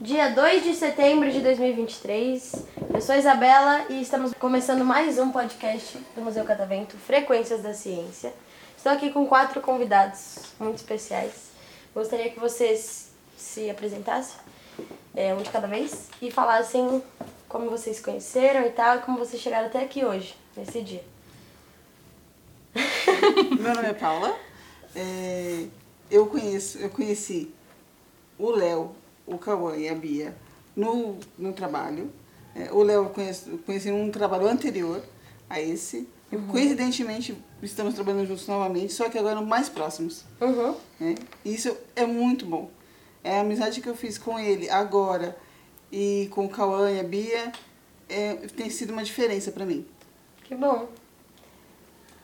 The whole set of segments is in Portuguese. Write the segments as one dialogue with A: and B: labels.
A: Dia 2 de setembro de 2023, eu sou a Isabela e estamos começando mais um podcast do Museu Catavento, Frequências da Ciência. Estou aqui com quatro convidados muito especiais. Gostaria que vocês se apresentassem, é, um de cada vez, e falassem como vocês se conheceram e tal, e como vocês chegaram até aqui hoje, nesse dia.
B: Meu nome é Paula. É, eu conheço, eu conheci o Léo, o Cauã e a Bia no, no trabalho. É, o Léo eu conheço, eu conheci num trabalho anterior a esse. E, Coincidentemente, estamos trabalhando juntos novamente, só que agora mais próximos.
A: Uhum.
B: né? E Isso é muito bom. É a amizade que eu fiz com ele agora e com o Cauã e a Bia é, tem sido uma diferença para mim.
A: Que bom.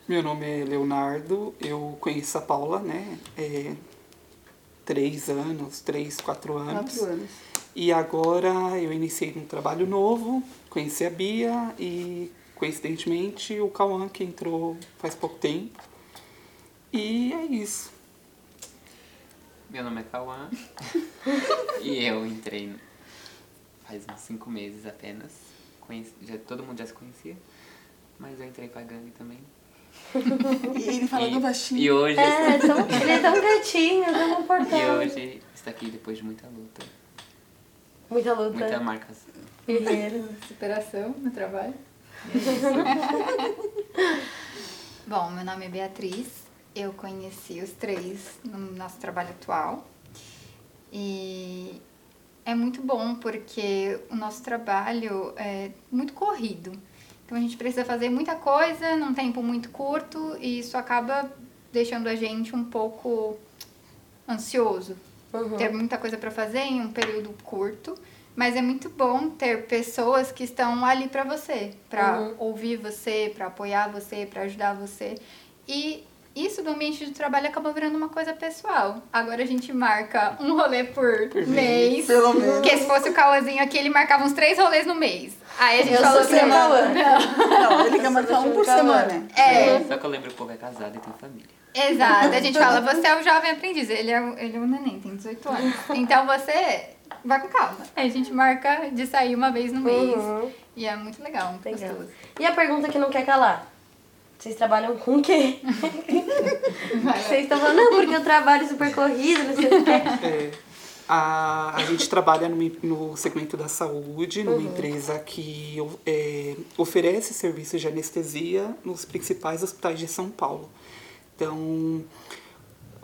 C: Meu nome é Leonardo, eu conheço a Paula, né? É, três anos, três, quatro anos.
B: Quatro anos.
C: E agora eu iniciei um trabalho novo, conheci a Bia e, coincidentemente, o Cauã, que entrou faz pouco tempo. E é isso.
D: Meu nome é Cauã e eu entrei faz uns 5 meses apenas. Conheci- já, todo mundo já se conhecia, mas eu entrei pra gangue também.
B: E ele fala
D: e,
B: do baixinho.
D: E hoje,
A: É, tá. tão, ele é tão quietinho, tão comportado.
D: e hoje está aqui depois de muita luta,
A: Muita luta.
D: muita marca.
A: Guerreiro.
E: Superação no trabalho. Bom, meu nome é Beatriz. Eu conheci os três no nosso trabalho atual. E é muito bom porque o nosso trabalho é muito corrido. Então a gente precisa fazer muita coisa num tempo muito curto e isso acaba deixando a gente um pouco ansioso.
A: Uhum.
E: Ter muita coisa para fazer em um período curto, mas é muito bom ter pessoas que estão ali para você, para
A: Uhum.
E: ouvir você, para apoiar você, para ajudar você. E isso do ambiente de trabalho acaba virando uma coisa pessoal. Agora a gente marca um rolê por, mês.
B: Pelo menos.
E: Porque se fosse o Cauãzinho aqui, ele marcava uns três rolês no mês. Aí a gente
A: Eu
E: falou assim,
A: sou
E: que não-
A: Cauã.
B: Não, ele quer marcar um por semana.
E: É,
D: Só que eu lembro que o povo é casado e tem família.
E: Exato, a gente fala, você é o jovem aprendiz, ele é, o- ele é um neném, tem 18 anos. Então você vai com calma. Aí a gente marca de sair uma vez no mês.
A: Uhum.
E: E é muito legal, muito
A: Legal.
E: gostoso.
A: E a pergunta que não quer calar? Vocês trabalham com o quê? Vocês estão falando, não, porque eu trabalho super corrido, não sei o quê.
C: É, a, a gente trabalha numa em- no, segmento da saúde, numa empresa que é, oferece serviços de anestesia nos principais hospitais de São Paulo. Então,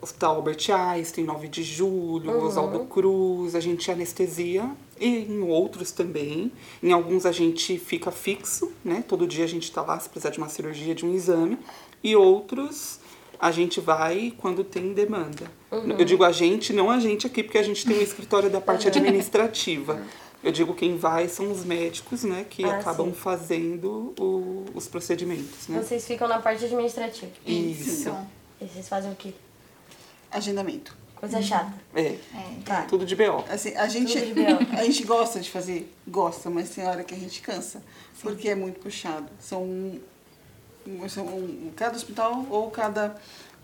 C: Hospital Albert Einstein, 9 de julho, Oswaldo Cruz, a gente anestesia e em outros também. Em alguns a gente fica fixo, né? Todo dia a gente tá lá se precisar de uma cirurgia, de um exame. E outros a gente vai quando tem demanda.
A: Uhum.
C: Eu digo a gente, não a gente aqui, porque a gente tem um escritório da parte administrativa. Eu digo quem vai são os médicos, né? Que
A: Ah,
C: acabam
A: sim.
C: fazendo o- os procedimentos, né?
A: Vocês ficam na parte administrativa.
C: Isso.
A: E vocês fazem o quê?
B: Agendamento.
A: Coisa chata.
C: É,
E: É.
B: Uhum. Tá.
C: tudo de B.O.
B: Assim, a gente,
A: Tudo de belo.
B: a gente gosta de fazer? Gosta, mas tem hora que a gente cansa. Porque é muito puxado. São, são um- cada hospital ou cada,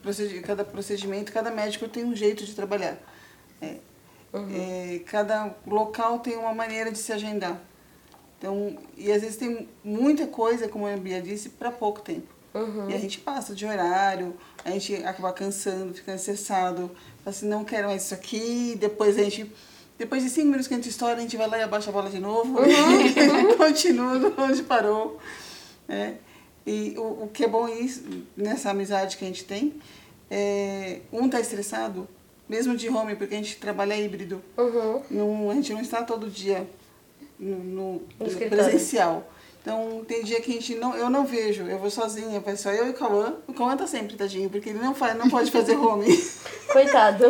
B: procedi- cada procedimento, cada médico tem um jeito de trabalhar. É.
A: Uhum.
B: É, cada local tem uma maneira de se agendar. Então, e às vezes tem muita coisa, como a Bia disse, para pouco tempo. E a gente passa de horário, a gente acaba cansando, fica estressado, fala assim, não quero mais isso aqui, depois a gente. Depois de cinco minutos que a gente estoura, a gente vai lá e abaixa a bola de novo, e continua de onde parou. né? E o, o que é bom isso, nessa amizade que a gente tem, é, um tá estressado, mesmo de home, porque a gente trabalha híbrido.
A: Uhum.
B: Não, um, a gente não está todo dia no, no- no
A: escritório.
B: presencial. Então tem dia que a gente não, eu não vejo, eu vou sozinha, vai só eu e o Cauã. O Cauã tá sempre, tadinho, porque ele não faz, não pode fazer home.
A: Coitado.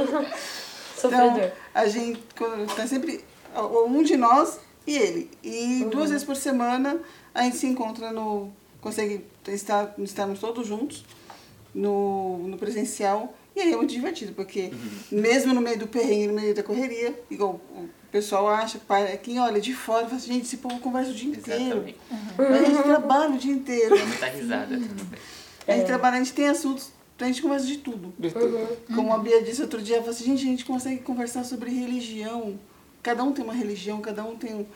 B: então,
A: Sofredor.
B: a gente quando- tá sempre ou um de nós e ele. E duas vezes por semana a gente se encontra no consegue estar estarmos todos juntos no, no presencial. E aí é muito divertido, porque mesmo no meio do perrengue, no meio da correria, igual o pessoal acha, para é quem olha de fora, fala assim, gente, esse povo conversa o dia inteiro.
D: Exatamente.
B: Mas a gente trabalha o dia inteiro.
D: Dá muita risada também.
B: A gente trabalha, a gente tem assuntos, então a gente conversa de tudo.
C: De tudo.
B: Como a
A: Uhum.
B: Bia disse outro dia, ela falou assim, gente, a gente consegue conversar sobre religião. Cada um tem uma religião, cada um tem um,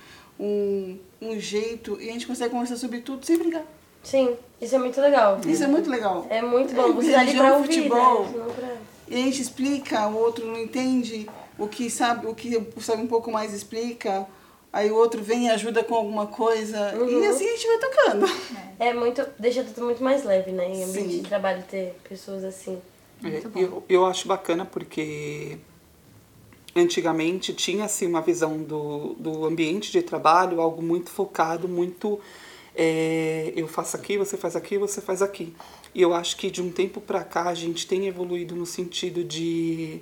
B: um, um jeito, e a gente consegue conversar sobre tudo sem brigar.
A: Sim, isso é muito legal.
B: Isso é muito legal.
A: É muito bom. Você tá ali
B: Religião,
A: pra ouvir,
B: futebol.
A: né? Não pra-
B: E a gente explica, o outro não entende, o que sabe, o que sabe um pouco mais explica, aí o outro vem e ajuda com alguma coisa.
A: Uhum.
B: E assim a gente vai tocando.
A: É muito. Deixa tudo muito mais leve, né? Em ambiente
B: Sim.
A: de trabalho ter pessoas assim.
C: É, eu, eu acho bacana porque antigamente tinha assim, uma visão do, do ambiente de trabalho, algo muito focado, muito é, eu faço aqui, você faz aqui, você faz aqui. E eu acho que de um tempo para cá a gente tem evoluído no sentido de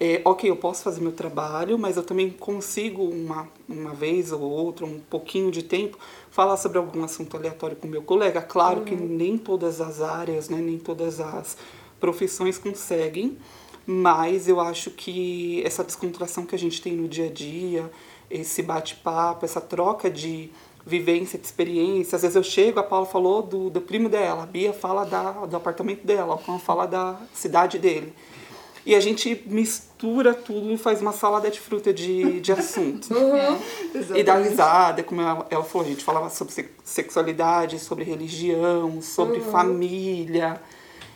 C: é, ok, eu posso fazer meu trabalho, mas eu também consigo uma, uma vez ou outra, um pouquinho de tempo, falar sobre algum assunto aleatório com meu colega. Claro que nem todas as áreas, né, nem todas as profissões conseguem, mas eu acho que essa descontração que a gente tem no dia a dia, esse bate-papo, essa troca de vivência, de experiência. Às vezes eu chego, a Paula falou do, do primo dela, a Bia fala da, do apartamento dela, o Juan fala da cidade dele. E a gente mistura tudo e faz uma salada de fruta de, de assuntos. E dá risada, como ela, ela falou, a gente falava sobre se- sexualidade, sobre religião, sobre família.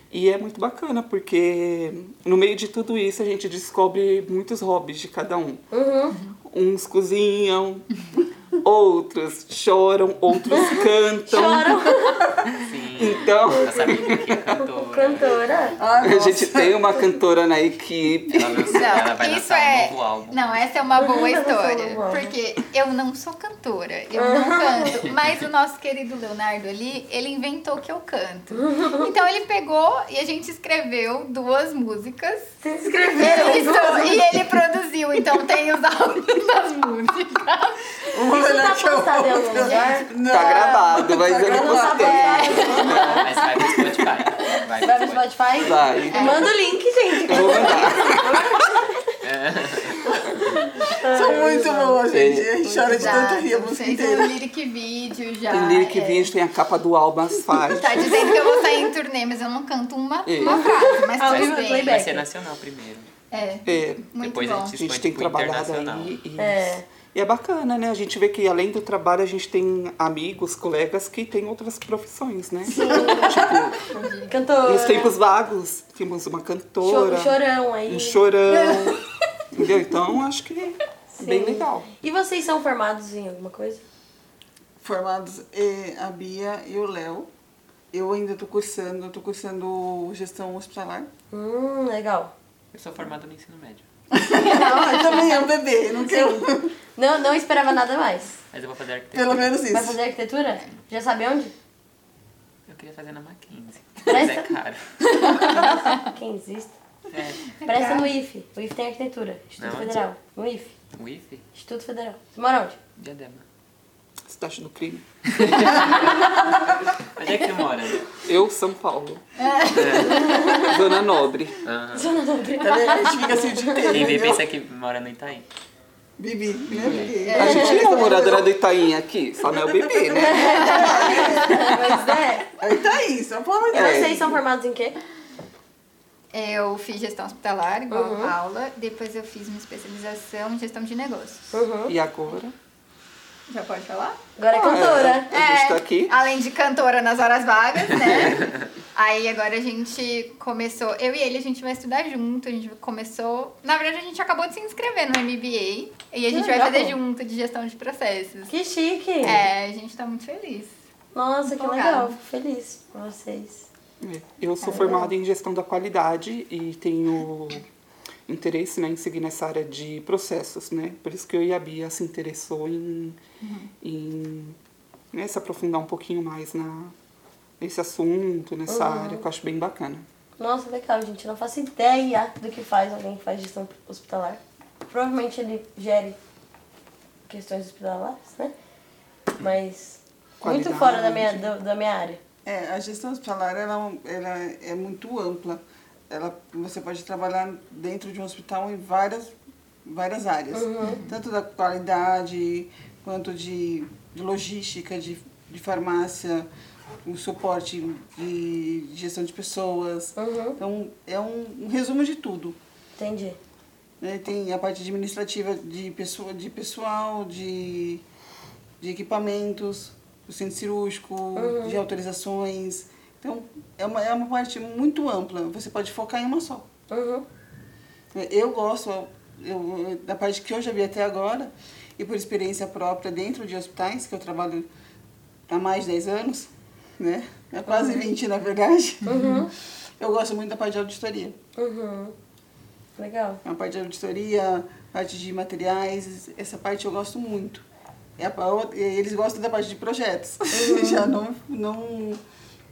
C: E é muito bacana, porque no meio de tudo isso a gente descobre muitos hobbies de cada um. Uns cozinham, outros choram, outros cantam.
D: Sim.
C: Então,
D: Nossa amiga aqui, cantora.
A: Cantora.
C: a gente tem uma cantora na equipe.
D: Ela, lançou, ela vai
E: isso
D: lançar
E: é.
D: um novo álbum.
E: Não, essa é uma boa
A: Vai lançar um
E: história.
A: novo álbum. Uhum.
E: Porque eu não sou cantora, eu não canto. Mas o nosso querido Leonardo ali, ele inventou que eu canto.
A: Uhum.
E: Então ele pegou e a gente escreveu duas músicas.
A: Vocês
E: Ele
A: escreveram.
E: só- e ele produziu, então tem os áudios das músicas.
B: Uma
A: Isso tá postado em algum lugar?
B: Não.
C: Tá gravado, mas eu não
B: gravado.
C: postei.
E: né?
A: É,
D: Mas vai pro Spotify. Vai
A: Vai pro
D: pro Spotify.
A: Spotify?
C: Vai.
A: Manda o link, gente.
C: Eu vou mandar.
B: São muito boas, gente. A gente chora de tanto
E: Exato.
B: rir a música
E: Fez
B: inteira.
E: um lyric vídeo já.
C: Tem lyric
E: é.
C: vídeo, tem a capa do álbum, as faixas.
E: Tá dizendo que eu vou sair em turnê, mas eu não canto uma,
C: É.
E: uma frase. Ah, Mas
A: Ao
E: tudo
A: vivo,
E: bem.
A: playback.
D: Vai ser nacional primeiro.
E: É,
C: É,
E: muito
D: Depois
E: bom.
D: a
C: a
D: gente
C: gente
D: expande
C: tem
D: pro
C: trabalhado
D: internacional.
C: aí. isso.
A: É.
C: E é bacana, né? A gente vê que além do trabalho, a gente tem amigos, colegas que têm outras profissões, né?
A: Cantora.
C: Nos tempos vagos, tínhamos uma cantora,
A: Cho- Chorão aí.
C: um chorão. entendeu? Então, acho que é bem
A: Sim.
C: legal.
A: E vocês são formados em alguma coisa?
B: Formados eh, a Bia e o Léo. Eu ainda estou cursando, estou cursando gestão hospitalar.
A: Hum, legal.
D: Eu sou formado no ensino médio.
B: Ah, eu também é um bebê, não quero.
A: Não, não esperava nada mais.
D: Mas eu vou fazer arquitetura.
B: Pelo menos
A: Vai
B: isso.
A: fazer arquitetura? Já sabe onde?
D: Eu queria fazer na Mackenzie. Mas
A: Presta-
D: é caro.
A: Quem existe?
D: É.
A: Presta no IFE. O IFE tem arquitetura. Instituto
D: Não,
A: Federal. No IFE.
D: O IFE?
A: Instituto Federal. Você mora onde?
D: É. Diadema.
C: Cidade do crime.
D: Onde é que você mora?
C: Eu, São Paulo. Zona Nobre.
D: Aham.
A: Zona Nobre.
B: Tá vendo? A gente fica assim o dia inteiro.
D: Quem vê
B: entendeu?
D: pensa que mora no Itaim.
B: Bibi, né, Bibi?
C: A gente é uma moradora do Itaim aqui, só não é o bebê, né?
A: Mas é.
B: Aí tá isso, a forma
A: E
B: de.
C: É.
A: vocês são formados em quê?
E: Eu fiz gestão hospitalar, igual
A: Uhum.
E: a Paula. Depois eu fiz uma especialização em gestão de negócios.
A: Uhum.
C: E agora?
E: Já pode falar?
A: Agora é cantora.
C: A gente tá aqui.
E: É, Além de cantora nas horas vagas, né? Aí agora a gente começou, eu e ele a gente vai estudar junto, a gente começou, na verdade a gente acabou de se inscrever no MBA e a gente vai
A: legal.
E: fazer junto de gestão de processos.
A: Que chique.
E: É, a gente tá muito feliz.
A: Nossa, que
E: Empolgada.
A: legal. Fico feliz por vocês.
C: É, Eu sou formada em gestão da qualidade e tenho interesse né, em seguir nessa área de processos, né? Por isso que eu e a Bia se interessou em, em né, se aprofundar um pouquinho mais na, nesse assunto, nessa área, que eu acho bem bacana.
A: Nossa, legal, gente. Eu não faço ideia do que faz alguém que faz gestão hospitalar. Provavelmente ele gere questões hospitalares, né? Mas muito
C: Qualidade.
A: fora da minha, do- da minha área.
B: É, a gestão hospitalar ela, é um- ela é muito ampla. Ela, você pode trabalhar dentro de um hospital em várias, várias áreas, tanto da qualidade quanto de, de logística, de, de farmácia, um suporte de de gestão de pessoas.
A: Uhum.
B: Então, é um, um resumo de tudo.
A: Entendi.
B: né? Tem a parte administrativa de, pessoa, de pessoal, de, de equipamentos, do centro cirúrgico, de autorizações. Então, é uma, é uma parte muito ampla. Você pode focar em uma só.
A: Uhum.
B: É, Eu gosto eu, da parte que eu já vi até agora, e por experiência própria dentro de hospitais, que eu trabalho há mais de 10 anos, né? Há quase 20, na verdade. Eu gosto muito da parte de auditoria.
A: Uhum. Legal.
B: A É parte de auditoria, parte de materiais, essa parte eu gosto muito. É a pa- o- eles gostam da parte de projetos. já não, não.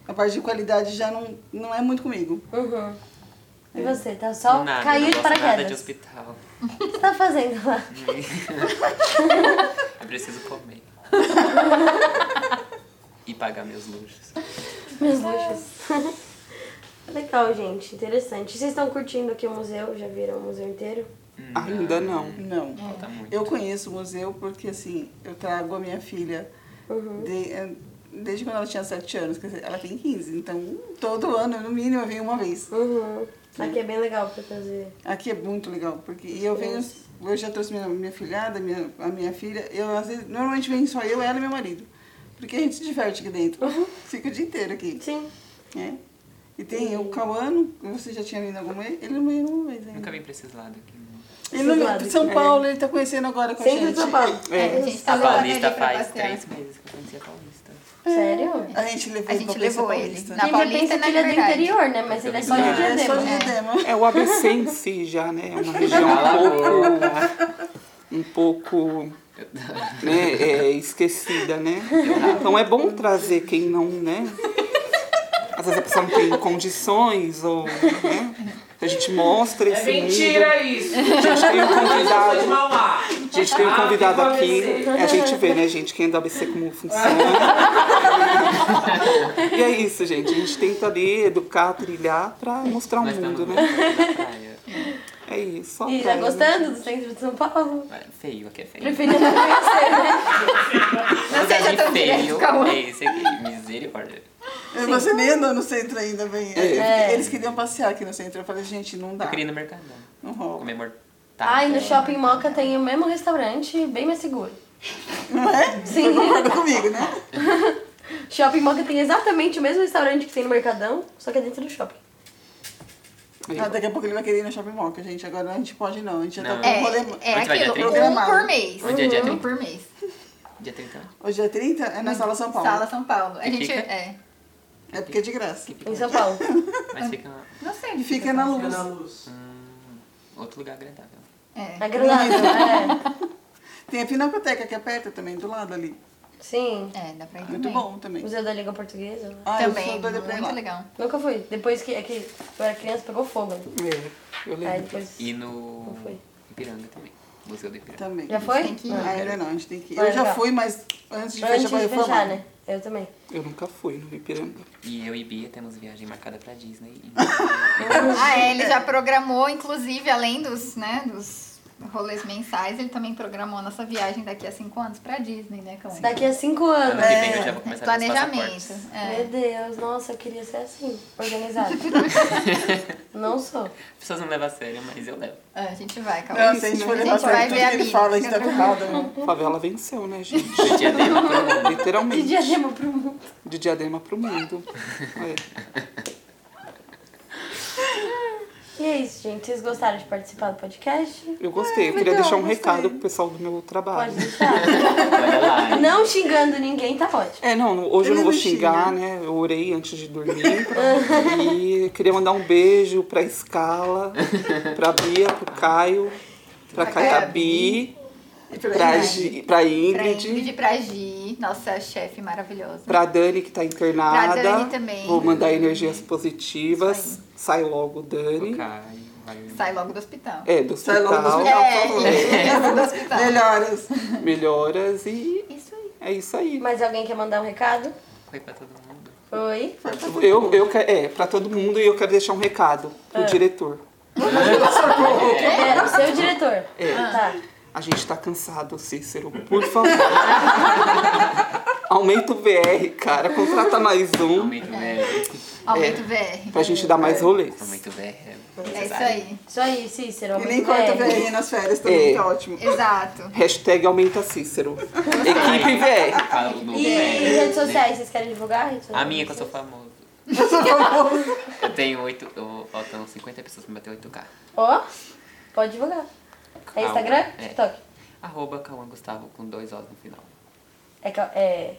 B: A parte de qualidade já não, não é muito comigo.
A: Uhum. E você, tá só
D: nada,
A: caiu
D: eu
A: de
D: não gosto nada Hum.
A: paraquedas.
D: de hospital.
A: O que você tá fazendo lá?
D: Eu preciso comer. e pagar meus luxos.
A: Meus luxos. Legal, gente. Interessante. Vocês estão curtindo aqui o museu? Já viram o museu inteiro?
C: Ainda não.
B: Não.
D: Falta muito.
B: Eu conheço o museu porque, assim, eu trago a minha filha de- eh, desde quando ela tinha 7 anos. Quer dizer, ela tem 15, então todo ano, no mínimo, eu venho uma vez.
A: Uhum. Aqui é bem legal pra trazer.
B: Aqui é muito legal, porque e eu venho... Eu já trouxe minha, minha filhada, minha, a minha filha. Eu, às vezes, normalmente vem só eu, ela e meu marido. Porque a gente se diverte aqui dentro. Fica o dia inteiro aqui.
A: Sim.
B: né? E tem o Cauano, você já tinha vindo alguma vez? Ele não veio nenhuma vez ainda.
D: Nunca vim pra esses lados aqui. não.
B: Ele não veio.
A: Lado.
B: de São Paulo, ele tá conhecendo agora com a
A: Centro
B: gente.
A: de São Paulo.
E: É, a gente tá
D: A
E: levando
D: Paulista
E: ele pra
D: faz
E: passear.
D: três meses que eu conheci a Paulista.
A: É. Sério?
B: A gente levou
E: A
B: ele
E: gente
B: pra Praça
E: levou ele.
B: Paulista.
E: Na
A: Quem já
E: Paulista,
A: pensa que
E: na
A: ele é do
E: verdade.
A: interior, né? Mas ele é só de
D: Ah,
B: É, é só
A: diadema.
B: de diadema.
C: É, o ABC em si já, né? É uma região
D: Cala a
C: um pouco. Um pouco. Né, é, esquecida, né? Então é bom trazer quem não, né? Às vezes a pessoa não tem condições, ou. Né? A gente mostra esse. mundo.
F: É isso!
C: A gente tem um convidado.
F: Mamá!
C: A gente tem um
F: Ah,
C: convidado
F: tem um
C: aqui,
F: ABC.
C: a gente vê, né, gente, quem é do ABC como funciona. e é isso, gente. A gente tenta ali educar, trilhar pra mostrar o
D: Nós estamos
C: mundo,
D: muito
C: né?
D: perto da praia.
C: É isso. só
A: E
C: pra-
A: tá gostando do centro de São Paulo?
D: Mas Feio, aqui é feio.
A: Preferindo não conhecer, né?
B: Um
D: Não
E: seja tão direto,
D: feio.
E: tá calma.
D: É esse aqui, misericórdia.
B: Você nem andou no centro ainda, bem. é, Eles queriam passear aqui no centro. Eu falei, gente, não dá.
D: É. Eu queria ir no Mercadão.
B: Não rola.
D: Comer mortadela.
E: Tá.
A: Ai, no shopping Moca tem o mesmo restaurante, bem mais seguro.
B: Não é?
A: Sim.
B: Concorda comigo, né?
A: Shopping Moca tem exatamente o mesmo restaurante que tem no Mercadão, só que é dentro do shopping.
B: Ah, daqui a pouco ele vai querer ir no shopping moca, gente. Agora a gente pode não. A gente já tá
D: Não.
B: com
E: É,
B: um rolê.
E: é
D: Onde vai dia
E: aquilo,
B: né,
D: 30?
E: um por mês.
D: Onde é dia
E: Um
D: 30?
E: por mês.
D: Dia 30 anos.
B: Hoje é 30, é na Sala São Paulo.
E: Sala São Paulo. A
D: E
E: gente,
D: fica?
E: é...
B: É porque é de graça.
A: Em São Paulo.
D: Mas fica
E: Não sei onde
B: Fica na
E: São
B: luz.
F: Na luz.
D: hum, outro lugar agradável.
E: Paulo. É.
A: Agradável, né?
B: Tem a Pinacoteca, que é perto também, do lado ali.
A: Sim.
E: É, dá pra ir
B: Muito
E: também.
B: bom também.
A: Museu da Língua Portuguesa. né?
B: Ah, eu
E: Também,
B: sou doida pra ir lá.
E: muito legal.
A: Nunca fui. Depois que, é que eu era criança, pegou fogo. né?
C: É, eu
A: Aí
C: lembro.
A: depois...
D: E no
A: Não foi. Tá.
D: Ipiranga também. Museu do Ipiranga.
B: Também.
A: Já foi?
E: Tem que ir.
B: Ah, ainda não, a gente tem que ir.
A: Vai,
B: Eu já
A: legal.
B: fui, mas antes de
A: Antes
B: fechar pra
A: de fechar,
B: reformar.
A: né? Eu também.
C: Eu nunca fui no Ipiranga.
D: E eu e Bia temos viagem marcada pra Disney. em-
E: Ah, é, ele já programou, inclusive, além dos, né, dos rolês mensais, ele também programou a nossa viagem daqui a cinco anos pra Disney, né, Cão?
A: Daqui a cinco
D: Ano
A: anos.
D: que vem eu já vou começar a ver os
E: Planejamento.
D: passaportes.
E: É.
A: Meu Deus, nossa, eu queria ser assim, organizada. não sou.
D: As pessoas não levam a sério, mas eu levo.
E: É, a gente vai, Cauã.
B: Não, se a gente for levar
E: gente vai
B: sério tudo
E: ver a
B: que ele
E: Bíblia.
B: fala, a gente tá errado. né?
C: Favela venceu, né, gente?
D: Do dia dele,
A: De
C: Literalmente.
A: diadema pro mundo.
C: De diadema pro mundo. É.
A: E é isso, gente. Vocês gostaram de participar do podcast?
C: Eu gostei. Eu queria deixar um recado pro pessoal do meu trabalho.
A: Pode deixar.
D: olha lá.
A: Não xingando ninguém, tá ótimo.
C: É, não, não- hoje
B: Ele
C: eu não vou
B: não
C: xingar,
B: xinga.
C: né? Eu orei antes de dormir. e queria mandar um beijo pra Scala, pra Bia, pro Caio, pra
E: Pra
C: Catabi,
B: E pra
C: pra,
B: gente,
C: Gi- pra
E: Pra
C: Ingrid,
E: Ingrid, pra Gi, nossa chefe maravilhosa.
C: pra Dani, que tá internada.
E: Pra Dani também.
C: Vou mandar energias positivas. Sai logo,
D: O
C: Dani.
D: Caio, vai-
E: Sai logo do hospital.
C: É, do
B: Sai logo do
C: hospital.
B: hospital,
E: É.
B: por favor.
E: Sai do hospital.
B: Melhoras.
C: Melhoras e
E: Isso aí.
C: é isso aí.
A: Mas alguém quer mandar um recado?
D: Foi pra todo mundo.
A: Foi.
E: Ah.
C: Eu, eu, que- é, pra todo mundo e eu quero deixar um recado pro diretor.
D: É.
A: Era o seu diretor.
C: É.
A: Tá.
C: A gente tá cansado, Cícero. Por favor. Aumenta o VR, cara. Contrata mais um
D: Aumenta o
A: É.
D: VR.
E: Aumenta
B: É.
E: o VR.
C: pra gente dar mais rolês.
D: Aumenta o VR.
E: É isso aí.
A: Isso aí, Cícero.
B: E
A: aumenta
B: nem
A: o
B: corta
A: VR.
B: velhinha nas férias também,
C: É.
B: tá ótimo.
E: Exato.
C: Hashtag aumenta Cícero. Equipe VR.
D: Fala do novo
A: E
D: VR.
A: redes sociais, vocês querem divulgar? redes
D: A
A: sociais?
D: minha que eu sou famoso. Eu tenho 8. Faltam 50 pessoas pra bater 8K.
A: Ó, pode divulgar. É
D: Calma,
A: Instagram?
D: é.
A: TikTok?
D: Arroba Cauã Gustavo com dois Os no final.
A: É, cal- é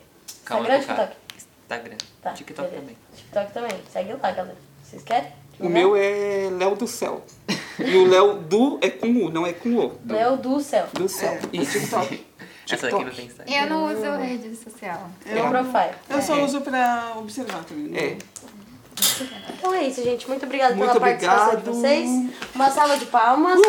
D: Cauã
A: Instagram ou
D: com K.
A: TikTok?
D: Instagram.
A: Tá,
D: TikTok
A: beleza.
D: também.
A: TikTok também. Segue lá, galera. Vocês querem?
C: O meu é Léo do Céu. E o Léo do é com U, não é com O.
A: Léo do céu.
C: Do céu.
B: É, e TikTok.
D: Essa daqui não tem Instagram.
E: Eu não uso rede social.
A: Meu profile.
B: Eu só uso pra observar também. né?
C: É.
A: Então é isso, gente. Muito obrigada
C: Muito
A: pela participação de
C: obrigado.
A: vocês. Uma salva de palmas.